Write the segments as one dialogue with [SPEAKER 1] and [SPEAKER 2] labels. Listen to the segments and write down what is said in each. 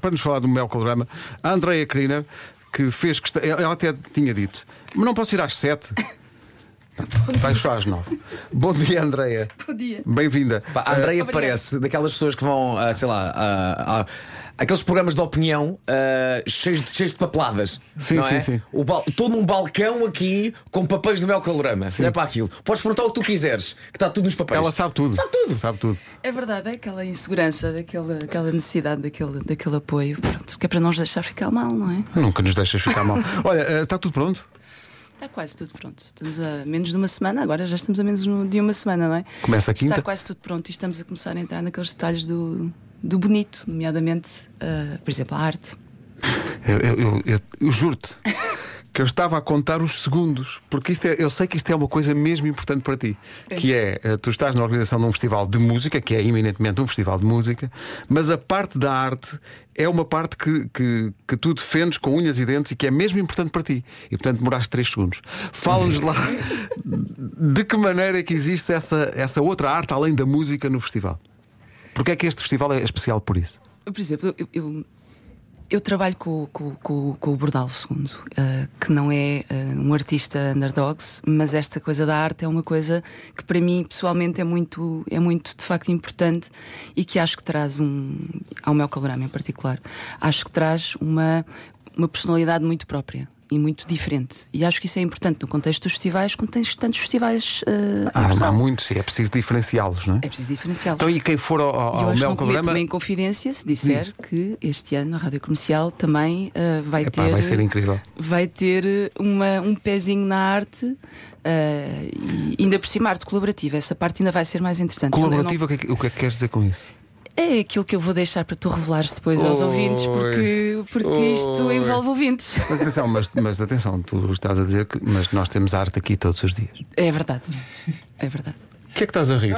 [SPEAKER 1] para nos falar do Mel Calorama, a Andrea Kriner, que fez questão. Ela até tinha dito: Mas não posso ir às sete. Vai só às nove. Bom dia, Andreia.
[SPEAKER 2] Bom dia.
[SPEAKER 1] Bem-vinda.
[SPEAKER 3] Pá, a Andreia parece daquelas pessoas que vão, ah, sei lá, ah, ah, aqueles programas de opinião ah, cheios, de, cheios de papeladas.
[SPEAKER 1] Sim,
[SPEAKER 3] não
[SPEAKER 1] sim,
[SPEAKER 3] é?
[SPEAKER 1] sim.
[SPEAKER 3] O bal- todo um balcão aqui com papéis do meu calorama. Não é para aquilo. Podes perguntar o que tu quiseres, que está tudo nos papéis.
[SPEAKER 1] Ela sabe tudo.
[SPEAKER 3] Sabe tudo.
[SPEAKER 1] Sabe tudo.
[SPEAKER 2] É verdade, é aquela insegurança, daquela, aquela necessidade daquele, daquele apoio. Pronto, que é para não nos deixar ficar mal, não é?
[SPEAKER 1] Nunca nos deixas ficar mal. Olha, eh, está tudo pronto?
[SPEAKER 2] Está quase tudo pronto. Estamos a menos de uma semana, agora já estamos a menos no- de uma semana, não é?
[SPEAKER 1] Começa a quinta.
[SPEAKER 2] Está quase tudo pronto e estamos a começar a entrar naqueles detalhes do, do bonito, nomeadamente, ah, por exemplo, a arte.
[SPEAKER 1] Eu, eu- eu- eu- eu juro-te que eu estava a contar os segundos, porque isto é- eu sei que isto é uma coisa mesmo importante para ti, que é eh, tu estás na organização de um festival de música, que é iminentemente um festival de música, mas a parte da arte é uma parte que, que, que tu defendes com unhas e dentes e que é mesmo importante para ti. E portanto demoraste 3 segundos. Fala-nos lá de que maneira é que existe essa, essa outra arte além da música no festival. Porquê é que este festival é especial por isso?
[SPEAKER 2] Por exemplo, eu, eu, eu trabalho com, com, com, com o Bordal II, eh, que não é eh, um artista underdogs, mas esta coisa da arte é uma coisa que para mim pessoalmente é muito, é muito de facto importante e que acho que traz um. ao meu calorama em particular, acho que traz uma, uma personalidade muito própria. E muito diferente. E acho que isso é importante no contexto dos festivais, quando tens tantos festivais. eh, em
[SPEAKER 1] Ah, há
[SPEAKER 2] Portugal.
[SPEAKER 1] muitos, e é preciso diferenciá-los, não é?
[SPEAKER 2] É preciso diferencial.
[SPEAKER 1] Então, e quem for ao,
[SPEAKER 2] E
[SPEAKER 1] ao,
[SPEAKER 2] eu
[SPEAKER 1] ao
[SPEAKER 2] acho que
[SPEAKER 1] meu
[SPEAKER 2] não cometo
[SPEAKER 1] programa.
[SPEAKER 2] uma inconfidência se disser que este ano a Rádio Comercial também ah, vai
[SPEAKER 1] Epá,
[SPEAKER 2] ter
[SPEAKER 1] vai ser incrível.
[SPEAKER 2] vai ter uma- um pezinho na arte ah, e ainda por cima arte colaborativa. Essa parte ainda vai ser mais interessante.
[SPEAKER 1] Colaborativa, o que é que- o que é que queres dizer com isso?
[SPEAKER 2] Eu não- é aquilo que eu vou deixar para tu revelares depois aos
[SPEAKER 1] Oi.
[SPEAKER 2] ouvintes, porque, porque isto
[SPEAKER 1] Oi.
[SPEAKER 2] envolve ouvintes.
[SPEAKER 1] Mas atenção, mas, mas atenção, tu estás a dizer que mas nós temos arte aqui todos os dias.
[SPEAKER 2] É verdade. É verdade.
[SPEAKER 1] O que é que estás a rir?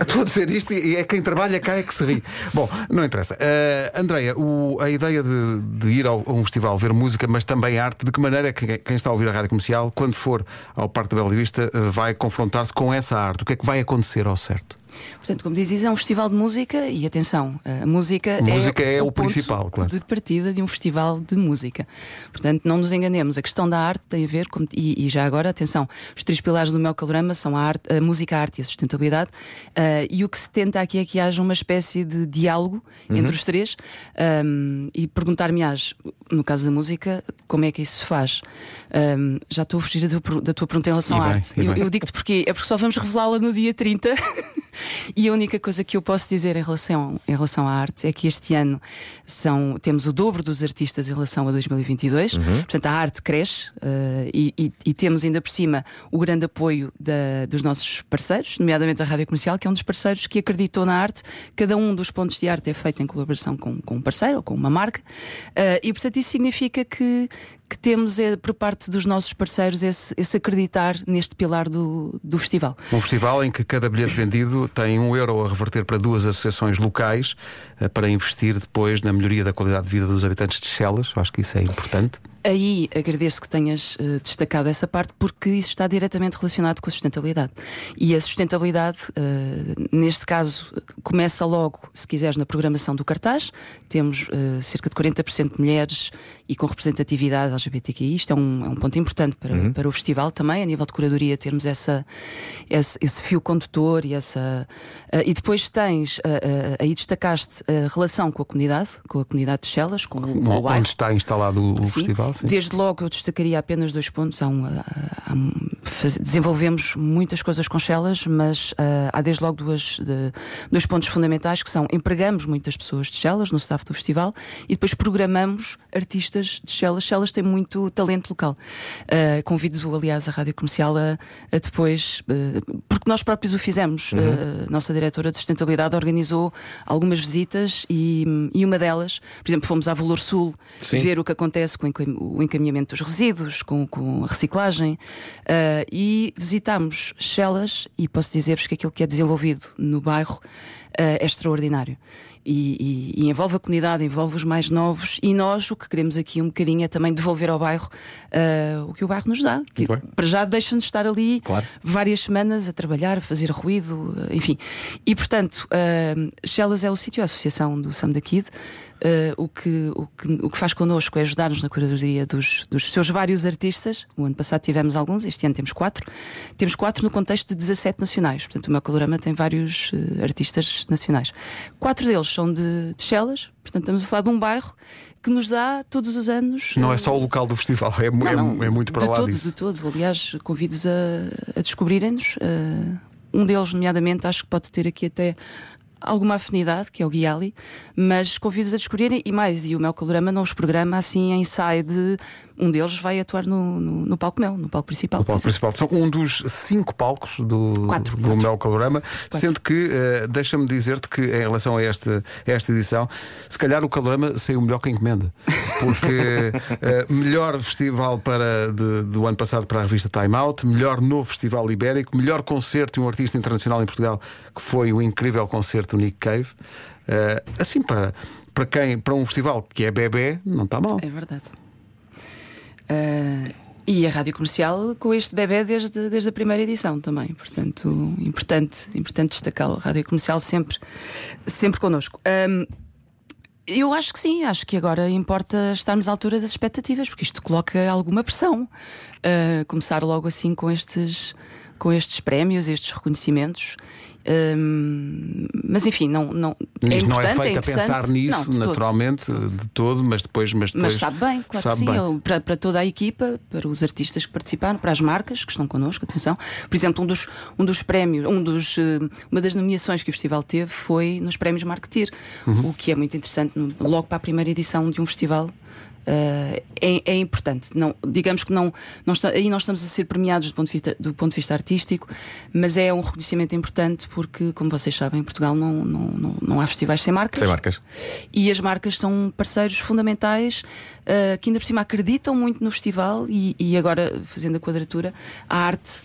[SPEAKER 1] Estou a dizer isto e é quem trabalha cá é que se ri. Bom, não interessa. Eh, Andreia, o- a ideia de, de ir ao, a um festival ver música, mas também arte, de que maneira é que quem está a ouvir a rádio comercial, quando for ao Parque da Bela Vista, eh, vai confrontar-se com essa arte? O que é que vai acontecer ao certo?
[SPEAKER 2] Portanto, como dizes, é um festival de música e atenção, a música,
[SPEAKER 1] Música
[SPEAKER 2] é,
[SPEAKER 1] é o
[SPEAKER 2] ponto
[SPEAKER 1] principal, claro.
[SPEAKER 2] de partida de um festival de música. Portanto, não nos enganemos, a questão da arte tem a ver com, e, e já agora, atenção, os três pilares do meu calorama são a, arte, a música, a arte e a sustentabilidade. ah, e o que se tenta aqui é que haja uma espécie de diálogo
[SPEAKER 1] Uhum.
[SPEAKER 2] entre os três ahm, e perguntar-me-ás, no caso da música, como é que isso se faz? Ahm, já estou a fugir da tua, per- da tua pergunta em relação
[SPEAKER 1] E
[SPEAKER 2] à
[SPEAKER 1] bem,
[SPEAKER 2] arte.
[SPEAKER 1] e
[SPEAKER 2] Eu-
[SPEAKER 1] bem.
[SPEAKER 2] eu digo-te porquê. É porque só vamos revelá-la no dia 30. e a única coisa que eu posso dizer em relação, em relação à arte é que este ano são, temos o dobro dos artistas em relação a 2022. Portanto, a arte cresce eh, e, e- e temos ainda por cima o grande apoio da- eh, dos nossos parceiros, nomeadamente a Rádio Comercial, que é um dos parceiros que acreditou na arte. Cada um dos pontos de arte é feito em colaboração com, com um parceiro ou com uma marca. Eh, e, portanto, isso significa que, que temos eh, por parte dos nossos parceiros esse, esse acreditar neste pilar do, do festival.
[SPEAKER 1] Um festival em que cada bilhete vendido tem um euro a reverter para duas associações locais eh, para investir depois na melhoria da qualidade de vida dos habitantes de Chelas. Eu Acho que isso é importante.
[SPEAKER 2] Aí agradeço que tenhas eh, destacado essa parte porque isso está diretamente relacionado com a sustentabilidade. E a sustentabilidade, eh, neste caso, começa logo, se quiseres, na programação do cartaz. Temos eh, cerca de 40% de mulheres e com representatividade LGBTQI. Isto é um, é um ponto importante para, para o festival também, a nível de curadoria, termos essa, esse, esse fio condutor e essa. eh, e depois tens, eh, eh, aí destacaste a relação com a comunidade, com a comunidade de Chelas, com, o- com o bairro.
[SPEAKER 1] Onde está instalado o o
[SPEAKER 2] Sim.
[SPEAKER 1] festival? sim.
[SPEAKER 2] Desde logo eu destacaria apenas dois pontos. Há um, ah, há um- faz- desenvolvemos muitas coisas com Chelas, mas ah, há desde logo duas, de- dois pontos fundamentais que são empregamos muitas pessoas de Chelas no staff do festival e depois programamos artistas de Chelas. Chelas tem muito talento local. Ah, convido, aliás, a Rádio Comercial a, a depois, eh, porque nós próprios o fizemos.
[SPEAKER 1] Uhum.
[SPEAKER 2] Eh, a nossa diretora de sustentabilidade organizou algumas visitas e, e uma delas, por exemplo, fomos à Valor Sul
[SPEAKER 3] Sim.
[SPEAKER 2] ver o que acontece com o encam- o encaminhamento dos resíduos, com, com a reciclagem, ah, e visitámos Chelas e posso dizer-vos que aquilo que é desenvolvido no bairro ah, é extraordinário. E, e- e envolve a comunidade, envolve os mais novos, e nós o que queremos aqui um bocadinho é também devolver ao bairro ah, o que o bairro nos dá. Que
[SPEAKER 3] Muito bem.
[SPEAKER 2] para já deixa-nos estar ali
[SPEAKER 3] Claro.
[SPEAKER 2] várias semanas a trabalhar, a fazer eh, ruído, eh, enfim. E portanto, ah, Chelas é o sítio, a associação do Sam da Kid, eh, o, que, o, que, o que faz connosco é ajudar-nos na curadoria dos, dos seus vários artistas. O ano passado tivemos alguns, este ano temos quatro. Temos quatro no contexto de 17 nacionais. Portanto, o meu calorama tem vários eh, artistas nacionais. Quatro deles são de, de Chelas, portanto, estamos a falar de um bairro que nos dá todos os anos.
[SPEAKER 1] Não
[SPEAKER 2] eh,
[SPEAKER 1] é só o local do festival, é, mu-
[SPEAKER 2] não,
[SPEAKER 1] é
[SPEAKER 2] não,
[SPEAKER 1] mu- é muito para
[SPEAKER 2] de
[SPEAKER 1] lá
[SPEAKER 2] todo,
[SPEAKER 1] disso.
[SPEAKER 2] De todo, aliás, convido-vos a, a descobrirem-nos. eh, um deles, nomeadamente, acho que pode ter aqui até alguma afinidade, que é o Guiali, mas convido-vos a descobrirem e mais. E o Mel Calorama não os programa assim em ensaio de. Um deles vai atuar no, no, no palco Mel, no palco principal.
[SPEAKER 1] O palco principal. São um dos cinco palcos do,
[SPEAKER 2] Quatro,
[SPEAKER 1] do
[SPEAKER 2] quatro.
[SPEAKER 1] Mel Calorama, sendo que eh, deixa-me dizer-te que em relação a esta, a esta edição, se calhar o Calorama saiu melhor que a encomenda, porque eh, melhor festival para de- do ano passado para a revista Time Out, melhor novo festival ibérico, melhor concerto e um artista internacional em Portugal, que foi o incrível concerto do Nick Cave. Eh, assim para, para quem, para um festival que é bebê, não está mal.
[SPEAKER 2] É verdade. Ah, e a rádio comercial com este bebê desde, desde a primeira edição também. Portanto, importante, importante destacar a rádio comercial sempre, sempre connosco. Ahm, eu acho que sim, acho que agora importa estarmos à altura das expectativas, porque isto coloca alguma pressão. Ah, começar logo assim com estes, com estes prémios, estes reconhecimentos. Ahm, mas enfim, não, não, é
[SPEAKER 1] Isto não é
[SPEAKER 2] importante,
[SPEAKER 1] feito a
[SPEAKER 2] interessante.
[SPEAKER 1] pensar nisso,
[SPEAKER 2] Não, de todo.
[SPEAKER 1] naturalmente, de todo, mas depois. Mas, depois
[SPEAKER 2] Mas sabe bem, claro
[SPEAKER 1] sabe
[SPEAKER 2] que sim,
[SPEAKER 1] bem.
[SPEAKER 2] eu- para, para toda a equipa, para os artistas que participaram, para as marcas que estão connosco, atenção. Por exemplo, um dos, um dos prémios, um dos, eh, uma das nomeações que o festival teve foi nos prémios Marketeer,
[SPEAKER 1] Uhum.
[SPEAKER 2] o que é muito interessante, no- logo para a primeira edição de um festival. eh, é, é importante, não, digamos que não, não está- aí não estamos a ser premiados do ponto, de vista, do ponto de vista artístico, mas é um reconhecimento importante porque, como vocês sabem, em Portugal não, não, não, não há festivais sem marcas.
[SPEAKER 3] Sem marcas.
[SPEAKER 2] E as marcas são parceiros fundamentais ah, que ainda por cima acreditam muito no festival e, e agora, fazendo a quadratura, a arte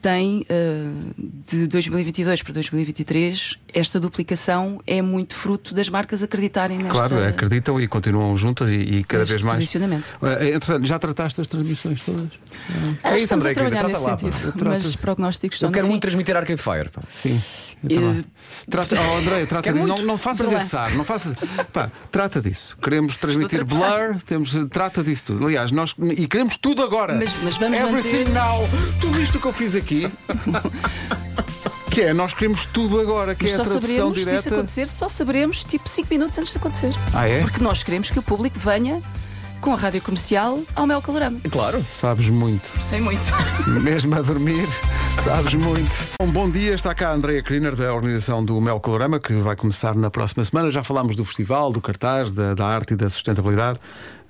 [SPEAKER 2] tem ah, de 2022 para 2023 esta duplicação é muito fruto das marcas acreditarem nesta.
[SPEAKER 1] Claro, acreditam e continuam juntas e, e cada
[SPEAKER 2] Este
[SPEAKER 1] vez mais.
[SPEAKER 2] posicionamento.
[SPEAKER 1] É interessante, já trataste as transmissões todas?
[SPEAKER 3] É isso,
[SPEAKER 2] Estamos
[SPEAKER 3] André
[SPEAKER 2] a trabalhar
[SPEAKER 3] querida,
[SPEAKER 2] nesse
[SPEAKER 3] trata lá, pá.
[SPEAKER 2] sentido,
[SPEAKER 1] Trata.
[SPEAKER 2] mas prognósticos
[SPEAKER 3] Eu
[SPEAKER 2] são
[SPEAKER 3] quero
[SPEAKER 2] Então, no fim.
[SPEAKER 3] muito transmitir Arcade Fire. Pá.
[SPEAKER 1] Sim.
[SPEAKER 2] Eh,
[SPEAKER 1] Trata, oh, André, trata
[SPEAKER 3] Quer
[SPEAKER 1] disso. Não,
[SPEAKER 3] muito?
[SPEAKER 1] não faças
[SPEAKER 2] Blur.
[SPEAKER 1] esse ar, não faças. Pá, trata disso. Queremos transmitir
[SPEAKER 2] Estou a tratar.
[SPEAKER 1] blur, temos, eh, trata disso tudo. Aliás, nós e queremos tudo agora.
[SPEAKER 2] Mas- mas vamos
[SPEAKER 1] Everything
[SPEAKER 2] manter-
[SPEAKER 1] now. Tu viste o que eu fiz aqui? que é, nós queremos tudo agora, que
[SPEAKER 2] Mas
[SPEAKER 1] é a
[SPEAKER 2] só
[SPEAKER 1] tradução
[SPEAKER 2] saberemos se isso
[SPEAKER 1] direta.
[SPEAKER 2] acontecer, só saberemos tipo 5 minutos antes de acontecer.
[SPEAKER 1] Ah, é?
[SPEAKER 2] Porque nós queremos que o público venha com a rádio comercial ao Mel Calorama.
[SPEAKER 3] Claro.
[SPEAKER 1] Sabes muito.
[SPEAKER 2] Sei muito.
[SPEAKER 1] Mesmo a dormir, sabes muito. Um bom dia, está cá a Andrea Kriner, da organização do Mel Colorama, que vai começar na próxima semana. Já falámos do festival, do cartaz, da, da arte e da sustentabilidade,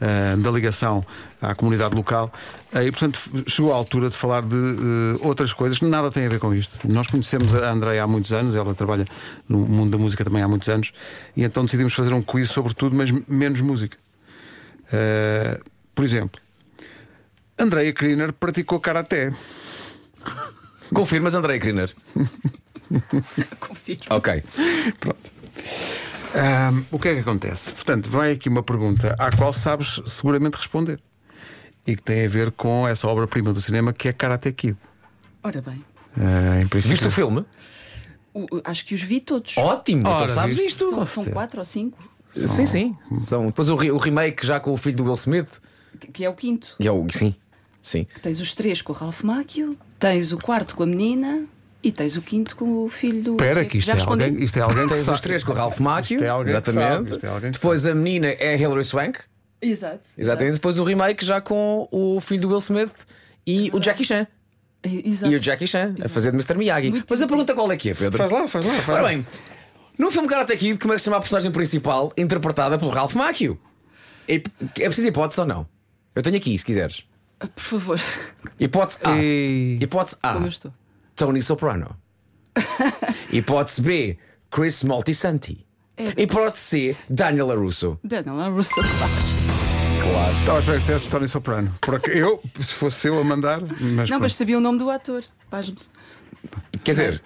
[SPEAKER 1] eh, da ligação à comunidade local. Eh, e, portanto, f- chegou a altura de falar de eh, outras coisas que nada têm a ver com isto. Nós conhecemos a Andrea há muitos anos, ela trabalha no mundo da música também há muitos anos, e então decidimos fazer um quiz sobre tudo, mas menos música. Eh, por exemplo, Andrea Kriner praticou karaté.
[SPEAKER 3] Confirmas, André Kriner.
[SPEAKER 2] Confio.
[SPEAKER 3] Ok.
[SPEAKER 1] Pronto. Ahm, o que é que acontece? Portanto, vai aqui uma pergunta à qual sabes seguramente responder e que tem a ver com essa obra-prima do cinema que é Karate Kid.
[SPEAKER 2] Ora bem,
[SPEAKER 1] Ah, em princípio-
[SPEAKER 3] Viste o filme?
[SPEAKER 2] o- acho que os vi todos.
[SPEAKER 1] Oh,
[SPEAKER 3] Ótimo,
[SPEAKER 1] Ora,
[SPEAKER 3] então sabes
[SPEAKER 1] viste?
[SPEAKER 3] isto.
[SPEAKER 2] São, são quatro ou cinco,
[SPEAKER 3] Sim, sim. São, depois o, re- o remake já com o filho do Will Smith.
[SPEAKER 2] que- que é o quinto.
[SPEAKER 3] E é o- sim, sim.
[SPEAKER 2] Que Tens os três com o Ralph Macchio, tens o quarto com a menina e tens o quinto com o filho do.
[SPEAKER 1] Espera, que isto
[SPEAKER 2] Já
[SPEAKER 1] é,
[SPEAKER 2] respondi.
[SPEAKER 1] alguém, isto é alguém que
[SPEAKER 3] Tens
[SPEAKER 1] sabe.
[SPEAKER 3] os três com o Ralph Macchio.
[SPEAKER 1] Isto é alguém que sabe,
[SPEAKER 3] exatamente.
[SPEAKER 1] isto é alguém que
[SPEAKER 3] depois a menina é a Hilary Swank.
[SPEAKER 2] Exato.
[SPEAKER 3] Exatamente. Depois o remake já com o filho do Will Smith e o Jackie Chan.
[SPEAKER 2] E- Exato.
[SPEAKER 3] E o Jackie Chan a fazer de Mr. Miyagi.
[SPEAKER 2] Muito
[SPEAKER 3] Mas a pergunta qual é que é, Pedro?
[SPEAKER 1] Faz lá, faz lá, faz
[SPEAKER 3] Ora
[SPEAKER 1] lá.
[SPEAKER 3] bem, no filme Karate Kid, como é que se chama a personagem principal interpretada pelo Ralph Macchio? É, é preciso hipótese ou não? Eu tenho aqui, se quiseres.
[SPEAKER 2] Ah, Por favor,
[SPEAKER 3] Hipótese A.
[SPEAKER 1] E-
[SPEAKER 3] Hipótese A.
[SPEAKER 2] como eu estou.
[SPEAKER 3] Tony Soprano. Hipótese B, Chris Moltisanti.
[SPEAKER 2] É.
[SPEAKER 3] Hipótese C, Daniel LaRusso.
[SPEAKER 2] Daniel é Russo Barros.
[SPEAKER 1] Estava à espera que dissesse Tony Soprano. Porque eu, se fosse eu a mandar, mas.
[SPEAKER 2] Não,
[SPEAKER 1] pronto.
[SPEAKER 2] mas sabia o nome do ator. Pasme-se.
[SPEAKER 3] Quer dizer,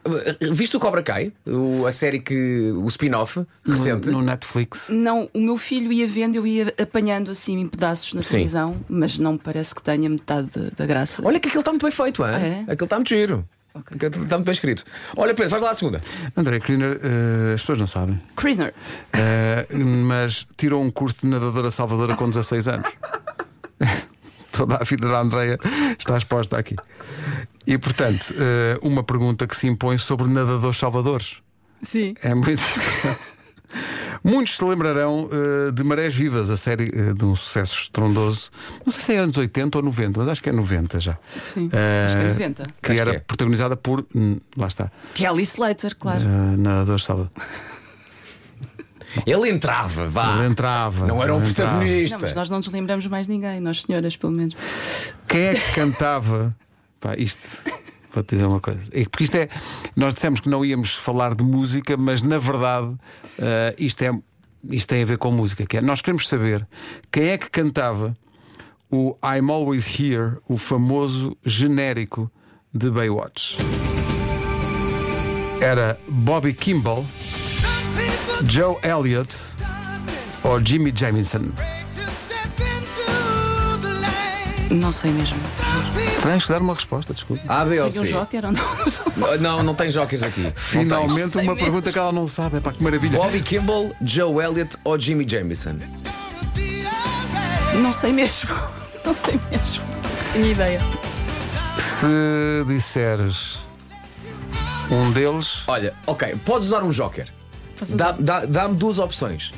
[SPEAKER 3] viste o Cobra Kai, o- a série que. o spin-off recente.
[SPEAKER 1] No, no Netflix.
[SPEAKER 2] Não, o meu filho ia vendo, eu ia apanhando assim em pedaços na
[SPEAKER 3] Sim.
[SPEAKER 2] televisão, mas não me parece que tenha metade da, da graça.
[SPEAKER 3] Olha que aquilo está tá muito bem feito, hein?
[SPEAKER 2] É?
[SPEAKER 3] Aquilo está muito giro.
[SPEAKER 2] Ok.
[SPEAKER 3] Está muito bem escrito. Olha, Pedro, faz lá a segunda.
[SPEAKER 1] André Kriner, eh, as pessoas não sabem,
[SPEAKER 2] Kriner.
[SPEAKER 1] eh, mas tirou um curso de nadadora salvadora com 16 anos. Toda a vida da Andreia está exposta aqui. E portanto, eh, uma pergunta que se impõe sobre nadadores salvadores.
[SPEAKER 2] Sim.
[SPEAKER 1] É muito. Muitos se lembrarão eh, de Marés Vivas, a série eh, de um sucesso estrondoso. Não sei se é anos 80 ou 90, mas acho que é 90 já.
[SPEAKER 2] Sim,
[SPEAKER 1] Eh,
[SPEAKER 2] acho que é 90.
[SPEAKER 1] Que
[SPEAKER 3] Acho
[SPEAKER 1] era
[SPEAKER 3] que é.
[SPEAKER 1] protagonizada por. hum, lá está.
[SPEAKER 2] Kelly Slater, claro.
[SPEAKER 1] eh, nadador sábado.
[SPEAKER 3] Ele entrava, vá.
[SPEAKER 1] Ele entrava.
[SPEAKER 3] Ah, Não era um
[SPEAKER 1] ele entrava.
[SPEAKER 3] protagonista.
[SPEAKER 2] Não, mas nós não nos lembramos mais ninguém, nós senhoras, pelo menos.
[SPEAKER 1] Quem é que cantava? Pá, isto. Vou-te dizer uma coisa. É que- porque isto é. Nós dissemos que não íamos falar de música, mas na verdade eh, isto, é, isto tem a ver com música. Que é, nós queremos saber quem é que cantava o I'm Always Here, o famoso genérico de Baywatch. Era Bobby Kimball, Joe Elliott ou Jimmy Jamison.
[SPEAKER 2] Não sei mesmo.
[SPEAKER 1] Tens que dar uma resposta, desculpa.
[SPEAKER 3] A, B ou
[SPEAKER 2] Peguei um
[SPEAKER 3] C?
[SPEAKER 2] joker ou não?
[SPEAKER 3] Não, não tem jokers aqui. Não tem.
[SPEAKER 1] Finalmente
[SPEAKER 2] sei
[SPEAKER 1] uma
[SPEAKER 2] mesmo.
[SPEAKER 1] pergunta que ela não sabe. É pá, que maravilha.
[SPEAKER 3] Bobby Kimball, Joe Elliott ou Jimmy Jamison?
[SPEAKER 2] Não sei mesmo. Não sei mesmo. Não Tenho ideia.
[SPEAKER 1] Se disseres um deles,
[SPEAKER 3] Olha, ok, podes usar um joker.
[SPEAKER 2] Posso
[SPEAKER 3] Dá- dá- Dá-me duas opções.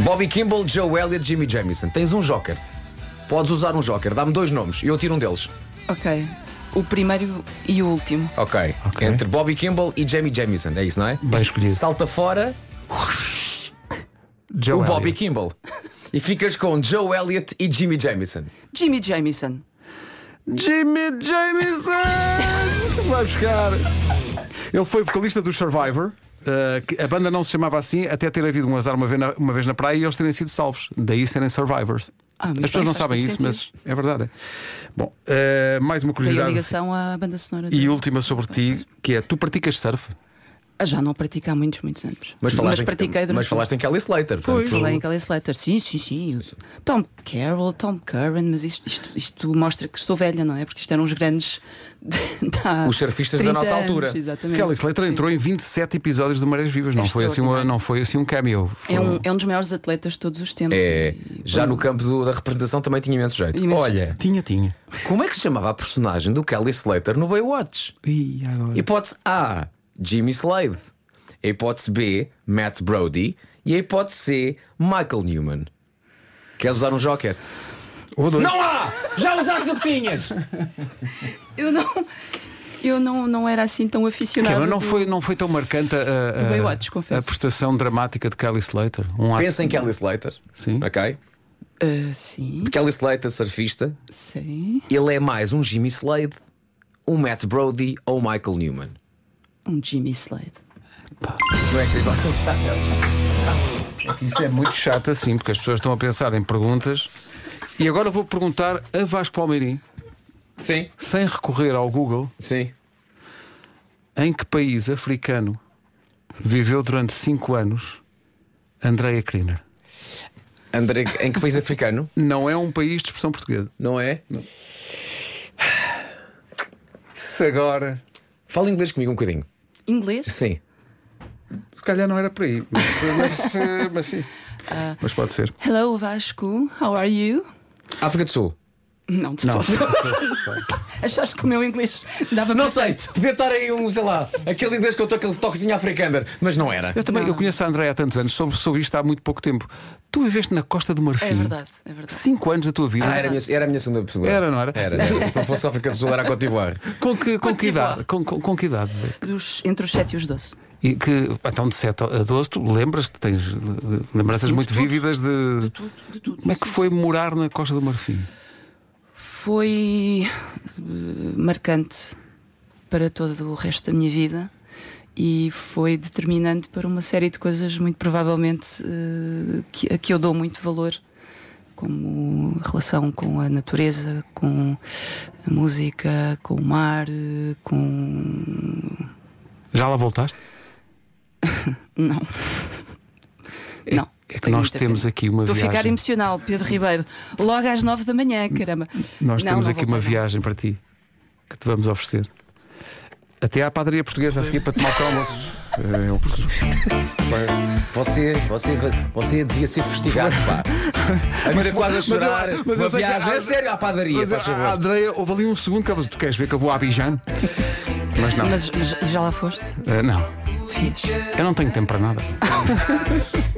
[SPEAKER 3] Bobby Kimball, Joe Elliott, Jimmy Jamison. Tens um joker. Podes usar um joker. Dá-me dois nomes e eu tiro um deles.
[SPEAKER 2] Ok. O primeiro e o último.
[SPEAKER 3] Ok.
[SPEAKER 1] Ok.
[SPEAKER 3] Entre Bobby Kimball e Jamie Jamison. É isso, não é?
[SPEAKER 1] bem escolhido.
[SPEAKER 3] Salta fora
[SPEAKER 1] Joe
[SPEAKER 3] o Bobby
[SPEAKER 1] Elliott.
[SPEAKER 3] Kimball. E ficas com Joe Elliott e Jimmy Jamison.
[SPEAKER 2] Jimmy Jamison.
[SPEAKER 1] Jimmy Jameson! Vai buscar. Ele foi vocalista do Survivor. eh, que a banda não se chamava assim até ter havido um azar uma vez, na, uma vez na praia e eles terem sido salvos. Daí serem survivors.
[SPEAKER 2] Ah,
[SPEAKER 1] As
[SPEAKER 2] muito
[SPEAKER 1] pessoas
[SPEAKER 2] bem,
[SPEAKER 1] não
[SPEAKER 2] faz
[SPEAKER 1] sabem
[SPEAKER 2] todo
[SPEAKER 1] isso, mas
[SPEAKER 2] sentido.
[SPEAKER 1] é verdade. Bom, eh, mais uma
[SPEAKER 2] Daí a
[SPEAKER 1] curiosidade
[SPEAKER 2] ligação à banda sonora.
[SPEAKER 1] e
[SPEAKER 2] dele.
[SPEAKER 1] última sobre ti, que é tu praticas surf?
[SPEAKER 2] Ah, Já não pratico há muitos, muitos anos.
[SPEAKER 3] Mas falaste,
[SPEAKER 2] pratiquei
[SPEAKER 3] em,
[SPEAKER 2] durante. um
[SPEAKER 3] mas falaste em Kelly Slater. portanto,
[SPEAKER 2] Falei em Kelly Slater. Sim, sim, sim. Tom Carroll, Tom Curran, mas isto, isto, isto mostra que estou velha, não é? Porque isto eram os grandes. da-
[SPEAKER 3] Os surfistas da
[SPEAKER 2] 30
[SPEAKER 3] nossa
[SPEAKER 2] anos,
[SPEAKER 3] altura.
[SPEAKER 2] Exatamente.
[SPEAKER 1] Kelly Slater entrou em 27 episódios do Marés Vivas, não foi, assim um,
[SPEAKER 2] Extraordinário.
[SPEAKER 1] não foi assim um cameo. Foi
[SPEAKER 2] É um,
[SPEAKER 1] um-
[SPEAKER 2] é um dos maiores atletas de todos os tempos.
[SPEAKER 3] É,
[SPEAKER 2] E-
[SPEAKER 3] já no campo do- da representação também tinha imenso jeito.
[SPEAKER 2] Imenso.
[SPEAKER 3] Olha,
[SPEAKER 1] Tinha, tinha.
[SPEAKER 3] como é que se chamava a personagem do Kelly Slater no Baywatch?
[SPEAKER 1] E agora?
[SPEAKER 3] Hipótese A, Jimmy Slade. A hipótese B, Matt Brody. E a hipótese C, Michael Newman. Queres usar um joker?
[SPEAKER 1] Ou dois.
[SPEAKER 3] Não há! Já usaste o que tinhas!
[SPEAKER 2] Eu não, eu não, não era assim tão aficionada.
[SPEAKER 1] Mas não
[SPEAKER 2] do-
[SPEAKER 1] foi, não foi tão marcante a, a-
[SPEAKER 2] Do Baywatch,
[SPEAKER 1] a-
[SPEAKER 2] confesso.
[SPEAKER 1] a prestação dramática de Kelly Slater. Um ato-
[SPEAKER 3] Pensa em Kelly Slater.
[SPEAKER 1] Sim.
[SPEAKER 3] Ok?
[SPEAKER 2] Ah, sim,
[SPEAKER 3] Kelly Slater, surfista.
[SPEAKER 2] sim.
[SPEAKER 3] Ele é mais um Jimmy Slade, um Matt Brody ou um Michael Newman.
[SPEAKER 2] Um Jimmy Slade.
[SPEAKER 3] Não é incrível?
[SPEAKER 1] Isto é muito chato assim, porque as pessoas estão a pensar em perguntas. E agora vou perguntar a Vasco Palmeirim,
[SPEAKER 3] Sim,
[SPEAKER 1] sem recorrer ao Google,
[SPEAKER 3] sim.
[SPEAKER 1] em que país africano viveu durante 5 anos Andreia Kriner?
[SPEAKER 3] André, em que país africano?
[SPEAKER 1] Não é um país de expressão portuguesa.
[SPEAKER 3] Não é?
[SPEAKER 1] Se agora.
[SPEAKER 3] Fala inglês comigo um bocadinho.
[SPEAKER 2] Inglês?
[SPEAKER 3] Sim.
[SPEAKER 1] Se calhar não era por aí, mas, mas, eh, mas sim.
[SPEAKER 2] Ah.
[SPEAKER 1] Mas pode ser.
[SPEAKER 2] Hello Vasco, how are you?
[SPEAKER 3] África do Sul.
[SPEAKER 2] Não, de
[SPEAKER 1] Não.
[SPEAKER 2] todo. Achaste que o meu inglês dava
[SPEAKER 3] Não
[SPEAKER 2] para
[SPEAKER 3] sei, podia estar aí um, sei lá, aquele inglês que eu estou aquele toquezinho africander, mas não era.
[SPEAKER 1] Eu também eu conheço a Andréia há tantos anos, soube sobre isto há muito pouco tempo. Tu viveste na Costa do Marfim.
[SPEAKER 2] É verdade, é verdade.
[SPEAKER 1] Cinco anos da tua vida.
[SPEAKER 3] Ah, era, a minha, era a minha segunda pessoa.
[SPEAKER 1] Era, não era?
[SPEAKER 3] Era, era. Se não fosse África do Sul, era a Côte d'Ivoire.
[SPEAKER 1] Com que, com que
[SPEAKER 2] Continua.
[SPEAKER 1] idade? Com, com, com que idade?
[SPEAKER 2] Dos, entre os 7 e os 12.
[SPEAKER 1] E que, então, de 7 a 12, tu lembras-te, tens eh, lembranças
[SPEAKER 2] Sim,
[SPEAKER 1] muito
[SPEAKER 2] de tudo,
[SPEAKER 1] vívidas de.
[SPEAKER 2] de tudo.
[SPEAKER 1] Como é que foi morar na Costa do Marfim?
[SPEAKER 2] Foi eh, marcante para todo o resto da minha vida e foi determinante para uma série de coisas, muito provavelmente, eh, que, a que eu dou muito valor, como relação com a natureza, com a música, com o mar, eh, com.
[SPEAKER 1] Já lá voltaste?
[SPEAKER 2] Não. Não.
[SPEAKER 1] É que
[SPEAKER 2] foi
[SPEAKER 1] nós
[SPEAKER 2] muita
[SPEAKER 1] temos
[SPEAKER 2] pena.
[SPEAKER 1] aqui uma
[SPEAKER 2] Estou
[SPEAKER 1] viagem.
[SPEAKER 2] a ficar emocional, Pedro Ribeiro. Logo às nove da manhã, caramba.
[SPEAKER 1] Nós
[SPEAKER 2] Não,
[SPEAKER 1] temos
[SPEAKER 2] não
[SPEAKER 1] aqui
[SPEAKER 2] vou
[SPEAKER 1] uma
[SPEAKER 2] parar.
[SPEAKER 1] viagem para ti. que te vamos oferecer. Até à padaria portuguesa a seguir para tomar o almoço. É o presunto.
[SPEAKER 3] Você, você, você devia ser festigado, pá. A vida quase a
[SPEAKER 1] eu-
[SPEAKER 3] chorar.
[SPEAKER 1] mas eu
[SPEAKER 3] uma
[SPEAKER 1] sei que
[SPEAKER 3] viagem.
[SPEAKER 1] há-
[SPEAKER 3] A sério, à padaria,
[SPEAKER 1] Mas,
[SPEAKER 3] faz
[SPEAKER 1] ah,
[SPEAKER 3] favor.
[SPEAKER 1] Andreia, houve ali um segundo que ela disse, tu queres ver que eu vou a Abidjan? Mas não,
[SPEAKER 2] Mas j- já lá foste?
[SPEAKER 1] Ah, não,
[SPEAKER 2] Devias.
[SPEAKER 1] eu não tenho tempo para nada.